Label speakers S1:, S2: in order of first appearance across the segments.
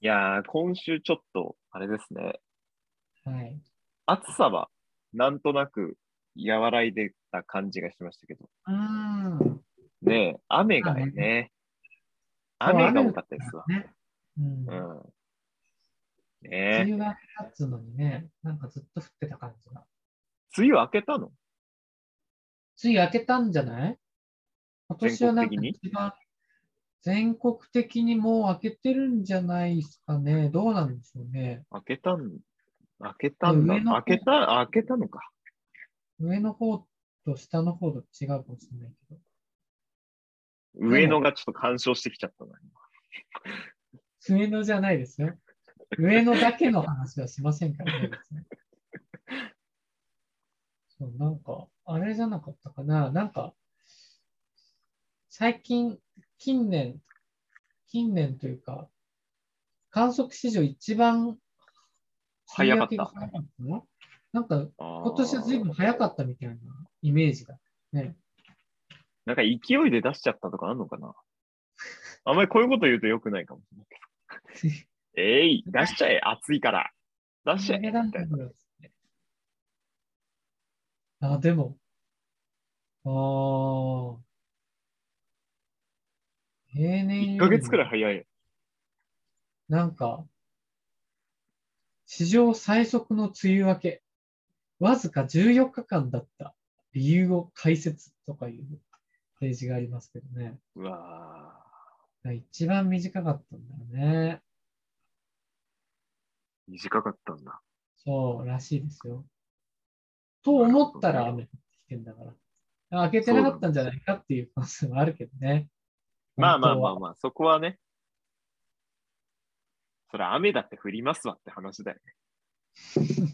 S1: いやー、今週ちょっと、あれですね。
S2: はい。
S1: 暑さは、なんとなく、和らいでた感じがしましたけど。
S2: うん。
S1: ねえ、雨がね、
S2: そう
S1: 雨が多かったですわ。
S2: ね。うん。
S1: う
S2: 梅
S1: ん。ねえ
S2: 雨、が経つのにね、なんかずっと降ってた感じが。
S1: 梅雨明けたの
S2: 梅雨明けたんじゃない今年はなんか一番全国的にもう明けてるんじゃないですかね。どうなんでしょうね。
S1: 明けたん、明けたんだ。
S2: 上の方
S1: 明けた、明けたのか。
S2: 上の方と下の方と違うかもしれないけど。
S1: 上野がちょっと干渉してきちゃったな。
S2: 上野じゃないですよ。上野だけの話はしませんからね。別にそうなんか、あれじゃなかったかな。なんか、最近、近年、近年というか、観測史上一番
S1: 早かった
S2: 梅雨明けが早かったのなんか、
S1: 今
S2: 今年は随分早かったみたいなイメージが。ね。
S1: なんか勢いで出しちゃったとかあんのかなあんまりこういうこと言うと良くないかもしれないけど。えい、出しちゃえ、暑いから。出しちゃえ、みたいな。
S2: あ、でも。ああ。平年
S1: 1
S2: よ
S1: ヶ
S2: りも
S1: 月くらい早い。
S2: なんか、史上最速の梅雨明け。わずか14日間だった理由を解説とかいうページがありますけどね。
S1: うわぁ、
S2: 一番短かったんだよね。
S1: 短かったんだ。
S2: そう、らしいですよ。と思ったら雨降ってきてんだから。開けてなかったんじゃないかっていう可能性もあるけどね。
S1: まあまあまあ
S2: 本
S1: まあ、そこはね。それ雨だって降りますわって話だよね。
S2: 当は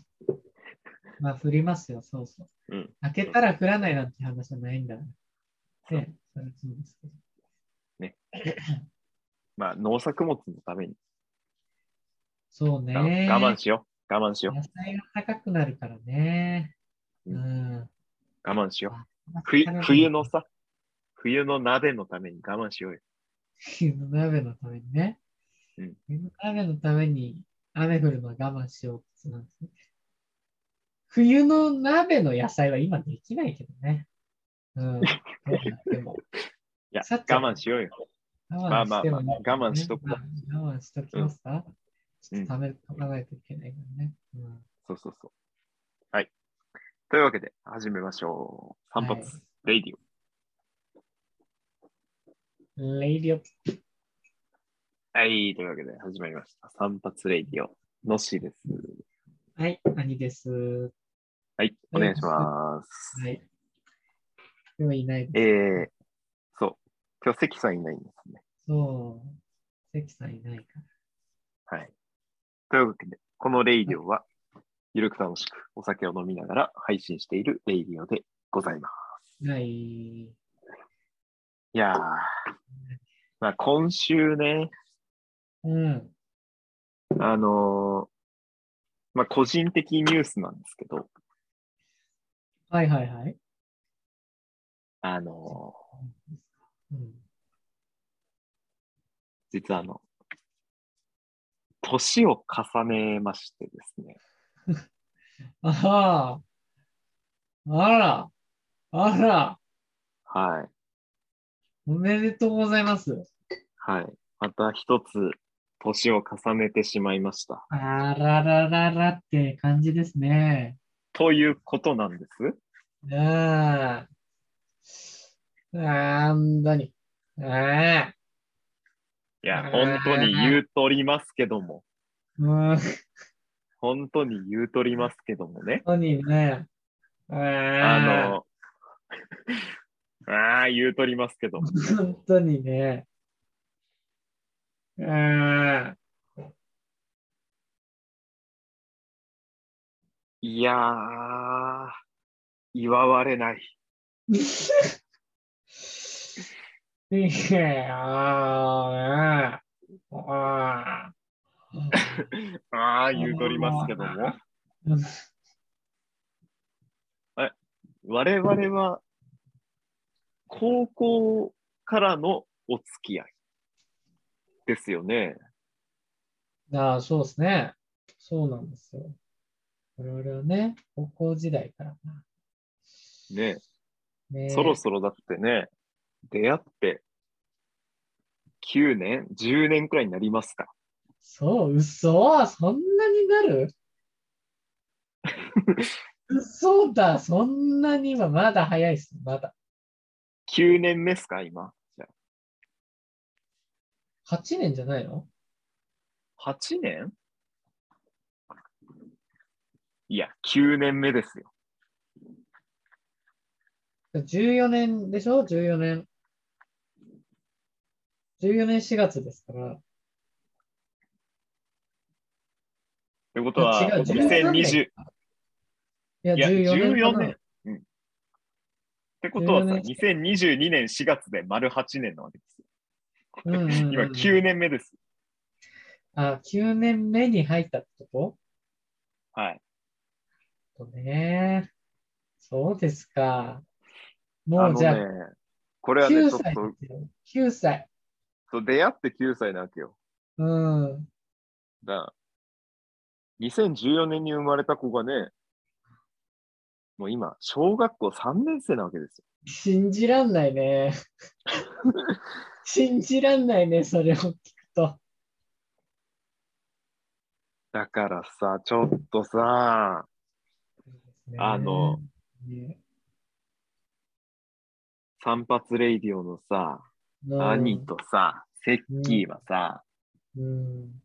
S2: まあ降りますよ、そうそう。
S1: うん
S2: 開けたら降らないなんて話じゃないんだから。ね、それはそうですけど。
S1: まあ、農作物のために。
S2: そうね。
S1: 我慢しよう。我慢しよ
S2: 野菜が高くなるからね。
S1: うん
S2: うん。
S1: う。我慢しよう。冬冬の。さ、冬の鍋のために我慢しようよ。
S2: 冬の鍋のためにね。
S1: うん
S2: 冬の鍋のために雨降るのは我慢しようってなんですね。冬の鍋の野菜は今できないけどね。 うん。どうなっても。
S1: いや、
S2: さっちゃん
S1: 我慢しようよ。
S2: 我慢しても
S1: まあまあまあ我慢しとこう
S2: う。我慢しときますか、
S1: うん
S2: ちょっと食べとかないといけないからね。うん。
S1: そうそうそう。はい。というわけで、始めましょう。散髪、
S2: はい
S1: レイディオ。
S2: レイディオ。
S1: はい、というわけで、始まりました。散髪レイディオ。のっしーです。
S2: はい、兄です。は
S1: はい、お願いします。
S2: い。でもいないです
S1: えー、そう。今日、関さんいないんですね。
S2: そう。関さんいないから。
S1: はい。というわけで、このレイディオは、ゆるく楽しくお酒を飲みながら配信しているレイディオでございます。
S2: ない。
S1: いやー、まあ、今週ね、
S2: うん。
S1: あのーまあ、個人的ニュースなんですけど、
S2: はいはいはい。
S1: あのー
S2: うん、
S1: 実はあの、年を重ねましてですね、
S2: ああ。あら。あら。
S1: はい、
S2: おめでとうございます。
S1: はい、また一つ、年を重ねてしまいました。
S2: あららららって感じですね。
S1: ということなんです。
S2: ああ。なんだに。ああ。
S1: いや、
S2: あ
S1: 本
S2: ー
S1: 当に言うとりますけども、
S2: うん。本
S1: 本当に言うとりますけどもね、
S2: 当にね。あ
S1: あ
S2: あ。
S1: の、 ああ、言うとりますけど、
S2: 本当にね。ああ。
S1: いやー、祝われない。
S2: いやあああ
S1: ああ、言うとりますけども
S2: うん。
S1: え我々は、高校からのお付き合いですよね。
S2: ああ、そうですね。そうなんですよ。我々はね、高校時代からな。
S1: ね
S2: ね
S1: え、
S2: え
S1: そろそろだってね、出会って9年、10年くらいになりますか。
S2: そう、嘘そんなに なる嘘だ、そんなにはまだ早いっす、まだ。
S1: 9年目っすか、今。じゃ
S2: 8年じゃないの
S1: あ8年いや、9年目ですよ。
S2: ?14 年でしょ ?14 年。14年4月ですから。
S1: ってことは、
S2: いや違う13年
S1: 2020。
S2: いや、
S1: いや、14
S2: 14年
S1: 年。うん。ってことはさ、
S2: 14
S1: 2022年4月で丸8年なわけですよ。
S2: うんうんうん
S1: 今、9年目です。
S2: あ、9年目に入ったってこ
S1: はい。
S2: ととね。そうですか。
S1: あ
S2: もう
S1: の
S2: じゃあ、
S1: ね、これはね、
S2: 9
S1: ちょっ
S2: 歳
S1: と
S2: ですよ。9歳。
S1: そう出会って9歳なわけよ。
S2: うん。
S1: だから2014年に生まれた子がね、もう今、小学校3年生なわけですよ。
S2: 信じらんな いね。信じらんないね、それを聞くと。
S1: だからさ、ちょっとさ、あの
S2: ね、
S1: 散髪レイディオのさ、
S2: うん
S1: 兄、とさ、セッキーはさ、
S2: うん、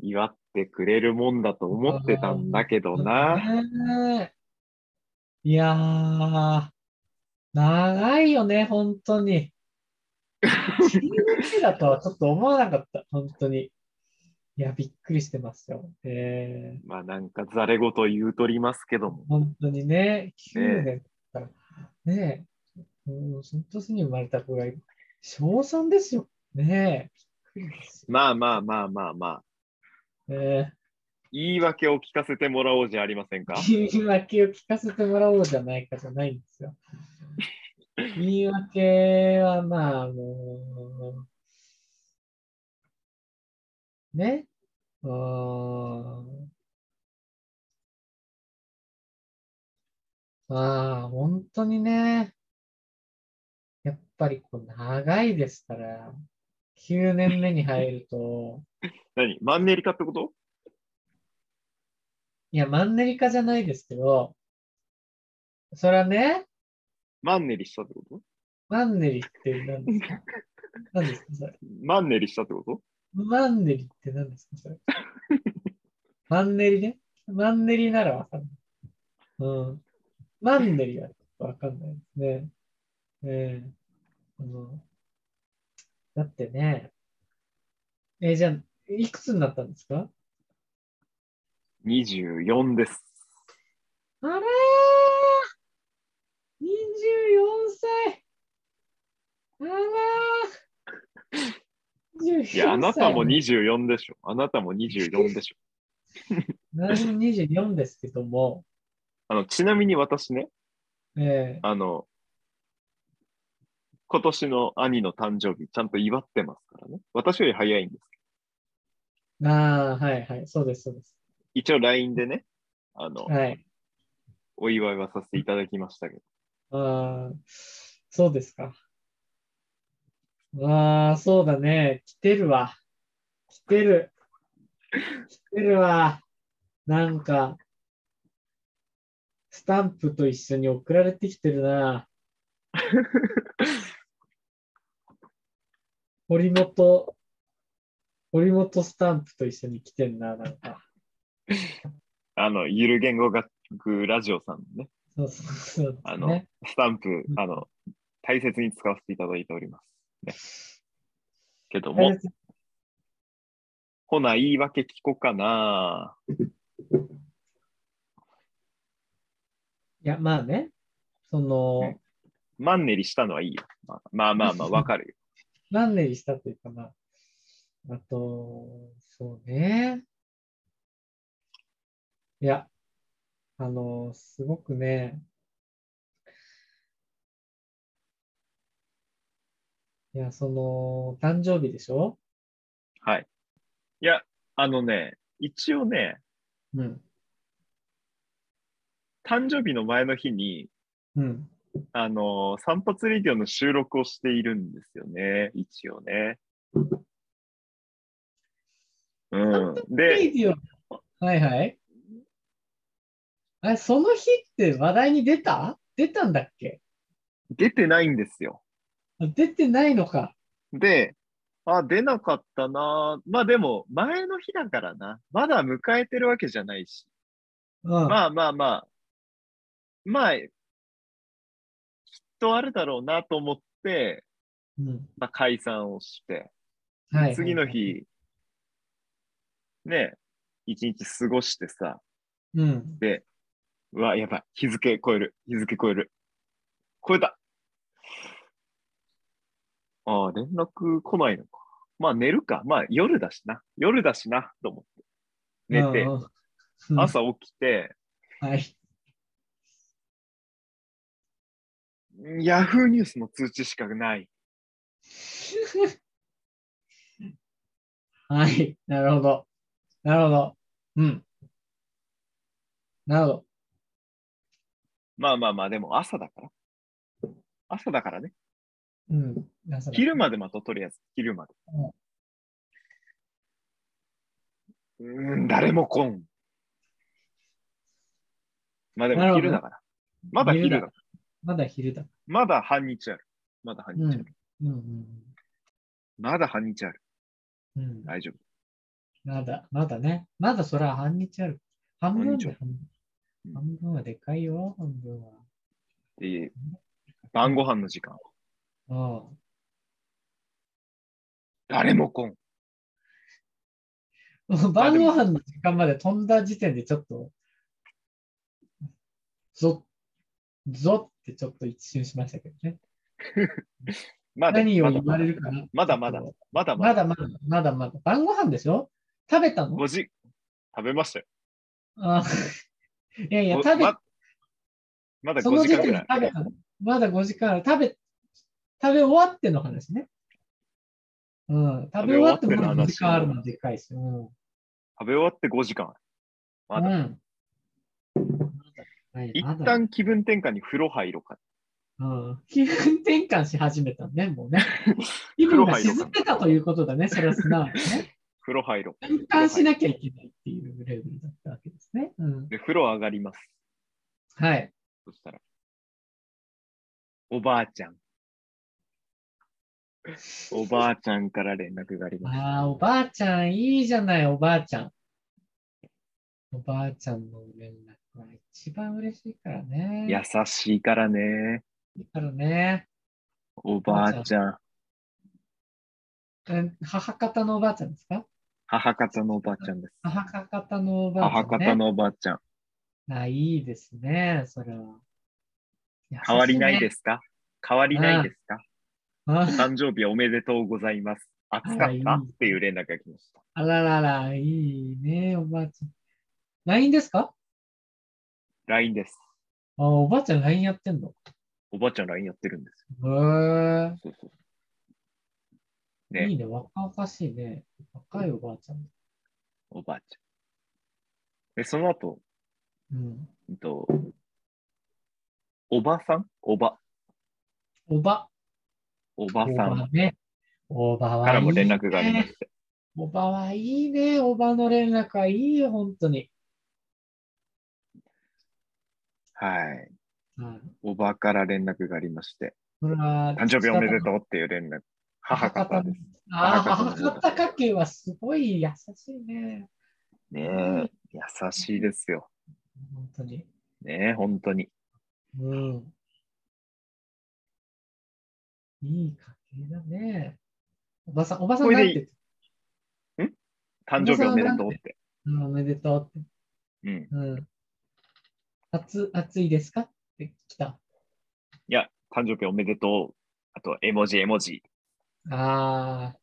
S1: 祝ってくれるもんだと思ってたんだけどな。
S2: ねえ。いやー、長いよね、本当に。死ぬ目だとはちょっと思わなかった、本当に。いや、びっくりしてますよ。え
S1: まあなんかざれ言言うとりますけども
S2: ー、。本当にね、
S1: ねえ
S2: 9年から、ねえ、うんその年に生まれた子が、小3ですよ。ねえ、びっくりですよ。
S1: まあまあまあまあまあ、
S2: えー
S1: 言い訳を聞かせてもらおうじゃありませんか。
S2: 言い訳を聞かせてもらおうじゃないかじゃないんですよ。言い訳はまあもう、ね。うーんまあ、本当にね、やっぱりこう長いですから、9年目に入ると、
S1: 何マンネリ化ってこと
S2: いや、マンネリ化じゃないですけど、それはね、
S1: マンネリしたってこと
S2: マンネリって何です か何ですかそれ。
S1: マンネリしたってこと
S2: マンネリって何ですかそれ。マンネリね。マンネリならわかんない。うん。マンネリはちょっとわかんないですね。ええあのだってね、えじゃあ、いくつになったんですか
S1: ?24 です。
S2: あらー !24 歳あらー !24 歳
S1: いや、あなたも24でしょ。あなたも24でしょ。
S2: 私も24ですけども、
S1: あの、ちなみに私ね、
S2: え
S1: あの、今年の兄の誕生日、ちゃんと祝ってますからね。私より早いんです。
S2: ー、ああ、はいはい、そうです、そうです。
S1: 一応 LINE でね、あの、
S2: はい。
S1: お祝いはさせていただきましたけど。
S2: ああ、そうですか。ああ、そうだね。来てるわ。来てる。来てるわ。なんか、スタンプと一緒に送られてきてるな。堀本、堀本スタンプと一緒に来てんな、なんか。
S1: あの、ゆる言語学ラジオさんのね、
S2: そうそうそうですね。
S1: あの、スタンプ、あの、大切に使わせていただいております。ね、けども、ほな、言い訳聞こうかな。
S2: いや、まあね、その
S1: ね、マンネリしたのはいいよ。まあまあまあまあ、わかるよ。
S2: マンネリしたというかまあ、あと、そうね。いや、あの、すごくね、いや、その、誕生日でしょ
S1: はい。いや、あのね、一応ね、
S2: うん。
S1: 誕生日の前の日に、
S2: うん。
S1: あのー散髪レディオの収録をしているんですよね、一応ね。うん。
S2: レ
S1: で、
S2: イディオはいはい。あれ、その日って話題に出た出たんだっけ
S1: 出てないんですよ。
S2: あ出てないのか。
S1: で、あ、出なかったなまあでも、前の日だからな。まだ迎えてるわけじゃないし。
S2: うん。
S1: まあまあまあ。まあ、きっとあるだろうなと思って、
S2: うん
S1: まあ、解散をして、
S2: はい、
S1: 次の。日、ね、一日過ごしてさ、
S2: うん。
S1: うわ、やばい。日付超える。日付超える。超えた。ああ、連絡来ないのか。まあ寝るか。まあ夜だしな。夜だしな。と思って。寝て
S2: う、んうん、
S1: 朝起きて、
S2: はい。
S1: ヤフーニュースの通知しかない。
S2: はい。なるほど。なるほど。うん。なるほど。
S1: まあまあまあ、でも朝だから。朝だからね。
S2: うん。朝だ
S1: 昼まで待とう、とりあえず。昼まで。うーん、誰も来ん。まあで
S2: なる
S1: も
S2: ほど
S1: 昼だから。まだ昼だから。
S2: まだ昼だ。
S1: まだ半日ある。まだ半日ある。
S2: うんうん
S1: まだ半日ある。
S2: うん。うん、
S1: 大丈夫。
S2: まだ、まだね。まだそれは半日ある。半分で
S1: 半
S2: 半
S1: うん
S2: 半分はでかいよ、半分は。
S1: で、晩ご飯の時間。
S2: ああ
S1: 誰も来ん。
S2: もう 晩ご飯の時間まで飛んだ時点でちょっと、ゾッ、ゾッってちょっと一瞬しましたけどね。
S1: まだ、
S2: 何を
S1: まだ
S2: 言われるかな。
S1: まだまだ
S2: ちょっと
S1: まだま
S2: ま
S1: だ。
S2: だまだ、まだまだ。晩ご飯でしょ食べたの
S1: 5時。食べましたよ。
S2: あ あいやいや、
S1: ご
S2: 食べ、
S1: ままだ
S2: そ
S1: 5
S2: の
S1: 時
S2: 時
S1: 間ぐ
S2: 点で
S1: らい
S2: 食。べたのまだ5時間ある食べ、食べ終わっての話ね。うん。食べ終わってもまだ5時間あるのはでかいし。うん。
S1: 食べ終わって5時間ある。まだ。
S2: うん。はい
S1: 一
S2: まだ
S1: 旦気分転換に風呂入ろうか。
S2: うん気分転換し始めたね、も うね。気分が沈んでたということだね、それはすなわちね。
S1: 風呂入ろう。
S2: 転換しなきゃいけないっていうレベルだったわけですね。うん、
S1: で、風呂上がります。
S2: はい。
S1: そしたら。おばあちゃん。おばあちゃんから連絡があります。
S2: ああ、おばあちゃん、いいじゃない、おばあちゃん。おばあちゃんの連絡は一番嬉しいからね。
S1: 優しいからね。
S2: いいからね。
S1: おばあちゃん。
S2: うん母方のおばあちゃんですか
S1: 母方のおばあちゃんです。
S2: 母方のおばあちゃん、
S1: 母
S2: ね。
S1: 方のおばあちゃん。
S2: あ、いいですね、それは。
S1: 変わりない
S2: す。
S1: ですか変わりないですか
S2: あ
S1: お誕生日おめでとうございます。暑か
S2: あら
S1: っ
S2: いい
S1: たっていう連絡が来ました。
S2: あららら、いいね、おばあちゃん。LINE ですか
S1: LINE です。
S2: あおばあちゃん LINE やってんの
S1: おばあちゃん LINE やってるんです
S2: へー
S1: よ。そうそう
S2: い
S1: ね、
S2: いね、若々しいね。若いおばあちゃん。
S1: おばあちゃん。で、その後、
S2: うん。
S1: うんと、おばさんおば、
S2: おば、
S1: おば
S2: お
S1: さん
S2: ばね。おば
S1: か
S2: は
S1: ら
S2: いい、
S1: も
S2: ね。
S1: 連絡がありまして。
S2: おばはいいね。おばの連絡はいいよ、本当に。
S1: はい。
S2: うん。
S1: おばから連絡がありまして。
S2: それは
S1: 誕生日おめでとうっていう連絡。母方です。
S2: ああ、
S1: 母方
S2: 母方家系はすごい優しいね。
S1: ねえ、優しいですよ。
S2: 本当に。
S1: ねえ、本当に。
S2: うん。いい家系だね。おばさん、おばさん
S1: これ
S2: なん
S1: で
S2: て言って
S1: 誕生日おめでとうって。
S2: うんおめでとうって。
S1: うん。い
S2: うん。暑暑いですかって来た。
S1: や、誕生日おめでとう。あと、絵文字、絵文字。
S2: あ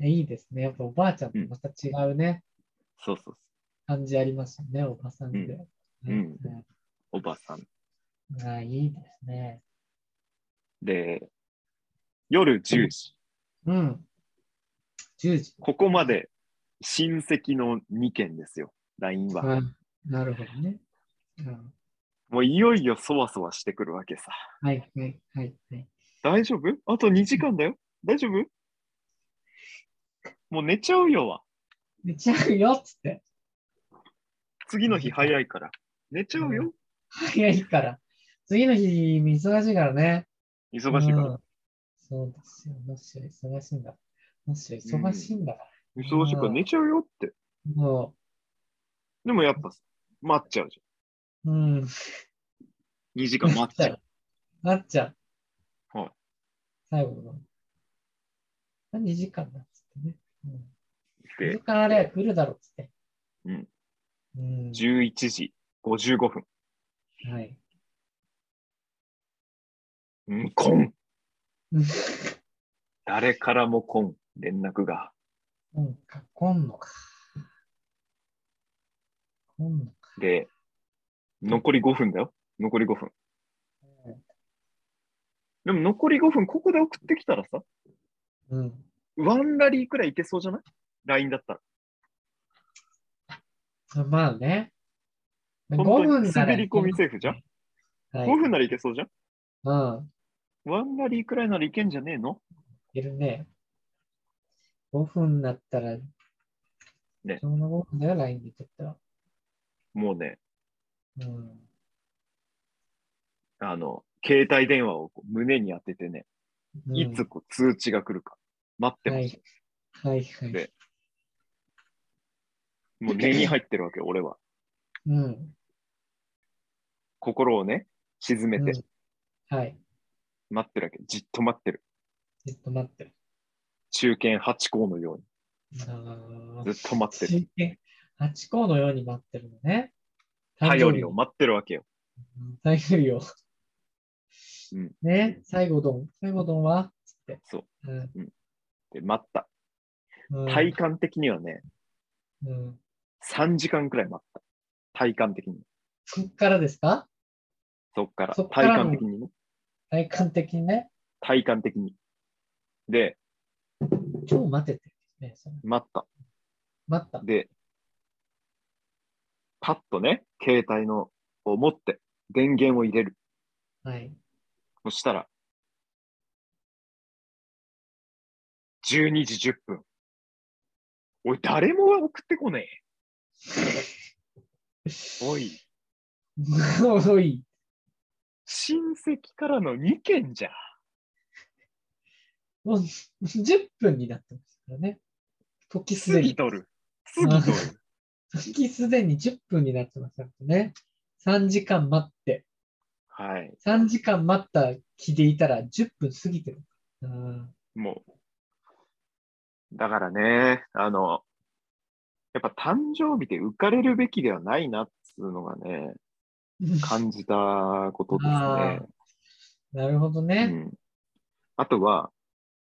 S2: あ、いいですね。やっぱおばあちゃんとまた違うね、
S1: そうそうそう。
S2: 感じありますよね、おばさんって。
S1: うんうんおばさん。
S2: うんああ、いいですね。
S1: で、夜10時。
S2: うん。10時。
S1: ここまで親戚の2件ですよ、LINE は。
S2: あなるほどね。うん
S1: もういよいよそわそわしてくるわけさ。
S2: はいはいはいはい。
S1: 大丈夫あと2時間だよ。大丈夫もう寝ちゃうよは。
S2: 寝ちゃうよっつって。
S1: 次の日早いから。寝ちゃうよ。
S2: 早いから。次の日、忙しいからね。
S1: 忙しいから。
S2: そうですよ。もっしょ忙しいんだ。もっしょ忙しいんだか
S1: 忙しいから寝ちゃうよって。
S2: ら。も
S1: でもやっぱ待っちゃうじ
S2: う、うん。
S1: ゃん。2時間待っちゃう。
S2: なっちゃう。
S1: はい。
S2: 最後の。何時間だっつってね。うん、2時
S1: で、
S2: 間あれば来るだろうっつって。
S1: うん。
S2: うん。
S1: 11時55分。
S2: はい。
S1: うん、こん。
S2: うん
S1: 誰からもこん。連絡が。
S2: うんか、来んのか。来んのか。
S1: で、残り5分だよ。残り5分。でも残り5分、ここで送ってきたらさ、
S2: うん。
S1: ワンラリーくらいいけそうじゃない ?LINE だったら。
S2: まあね。5
S1: 本当
S2: 分
S1: に
S2: なら
S1: 滑り込みセーフじゃん ?5
S2: はい、
S1: 分ならいけそうじゃん
S2: うん。
S1: ワンラリーくらいならいけんじゃねえの
S2: いるね。5分だったら、
S1: ね
S2: ちょうど5分だよ、LINE で撮ったら。
S1: もうね、
S2: うん。
S1: あの、携帯電話をこう胸に当ててね、
S2: うん
S1: いつこう通知が来るか、待って
S2: は
S1: ま
S2: い
S1: し。
S2: はいはい。
S1: でた。もう寝に入ってる わけ、俺は。
S2: うん。
S1: 心をね、沈めて、
S2: うんはい。
S1: 待ってるわけ。じっと待ってる。
S2: ずっと待ってる。
S1: 中堅八校のよう
S2: あ
S1: に、ずっと待ってる。
S2: 8校のように待ってるのね。
S1: 頼りを待ってるわけよ。
S2: うん頼りを。
S1: うん
S2: ね、最後丼。最後丼はつって。
S1: そう
S2: うん。
S1: で、待った。
S2: うん。
S1: 体感的にはね、
S2: うん。
S1: 3時間くらい待った。体感的に。
S2: そっからですか
S1: そっから。
S2: そっから
S1: 体
S2: の
S1: 感的にね。
S2: 体感的にね。
S1: 体感的に。で、
S2: 超待ててるね。その
S1: 待った。
S2: 待った。
S1: で、パッとね、携帯のを持って電源を入れる。
S2: はい。
S1: そしたら、12時10分。おい、誰も送ってこねえ。おい、
S2: おい。
S1: 親戚からの2件じゃ。
S2: もう10分になってますからね。時す
S1: 過
S2: で
S1: ぎ
S2: に。
S1: とる。過ぎと る。
S2: 時すでに10分になってますからね。3時間待って。
S1: はい。
S2: 3時間待った気でいたら10分過ぎてる。うん。
S1: もう。だからね、あの、やっぱ誕生日で浮かれるべきではないなっつうのがね、感じたことですね
S2: あ。なるほど
S1: う
S2: ね。
S1: ん、あとは、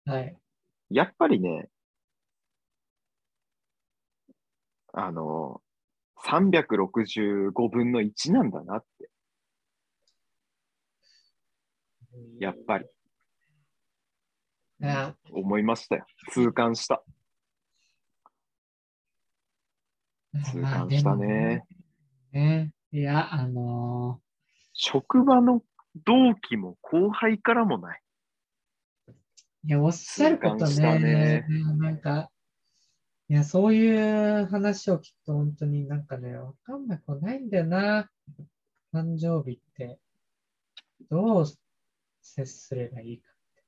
S2: はい。
S1: やっぱりね、あの、365分の1なんだなって、やっぱり
S2: あ
S1: 思いましたよ。痛感した。痛
S2: まあ
S1: 感したね。
S2: でもねいや、あの
S1: 職場の同期も後輩からもない。
S2: ーいや、おっしゃること
S1: 痛感した
S2: ね。
S1: ね
S2: なんか、いや、そういう話を聞くと、本当になんかね、わかんなくはないんだよな。誕生日って、どう接すればいいかって。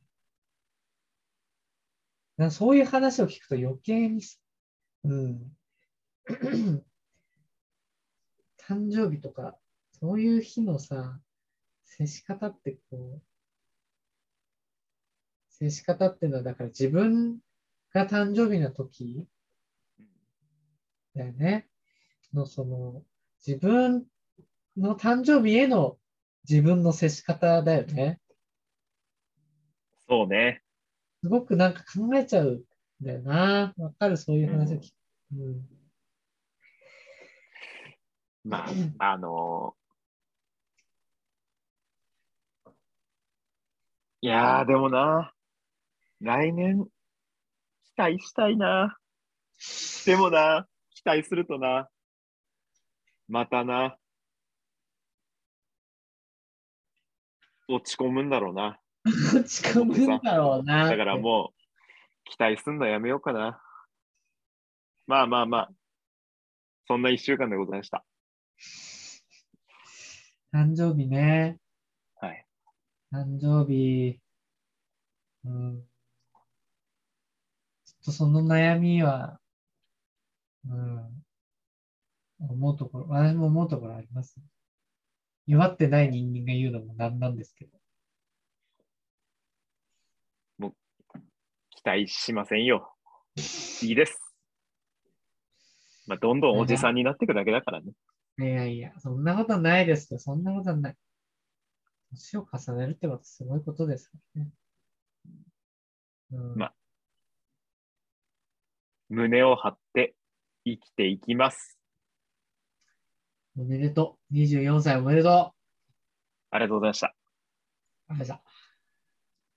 S2: なんかそういう話を聞くと余計にさ、うん。 誕生日とか、そういう日のさ、接し方ってこう、接し方っていうのは、だから自分が誕生日の時だよね。の、その、自分の誕生日への自分の接し方だよね。
S1: そうね。
S2: すごくなんか考えちゃうんだよな。わかる、そういう話を聞く。うん。
S1: ま あ、あのいやー、でもな、来年、期待したいな。でもな、期待するとな、またな、落ち込むんだろうな。
S2: 落ち込むんだろうな。
S1: だからもう、期待すんのやめようかな。まあまあまあ、そんな一週間でございました。
S2: 誕生日ね。
S1: はい。
S2: 誕生日。うん。ちょっとその悩みは、うん。思うところ、私も思うところあります。弱ってない人間が言うのもなんなんですけど。
S1: 期待しませんよ。いいです。まあ、どんどんおじさんになっていくだけだからね。
S2: いやいや、そんなことないですよ。そんなことはない。年を重ねるってことはすごいことですからね。うん、
S1: まあ胸を張って生きていきます。
S2: おめでとう。24歳おめでとう。
S1: ありがとうございました。
S2: ありがとうございました。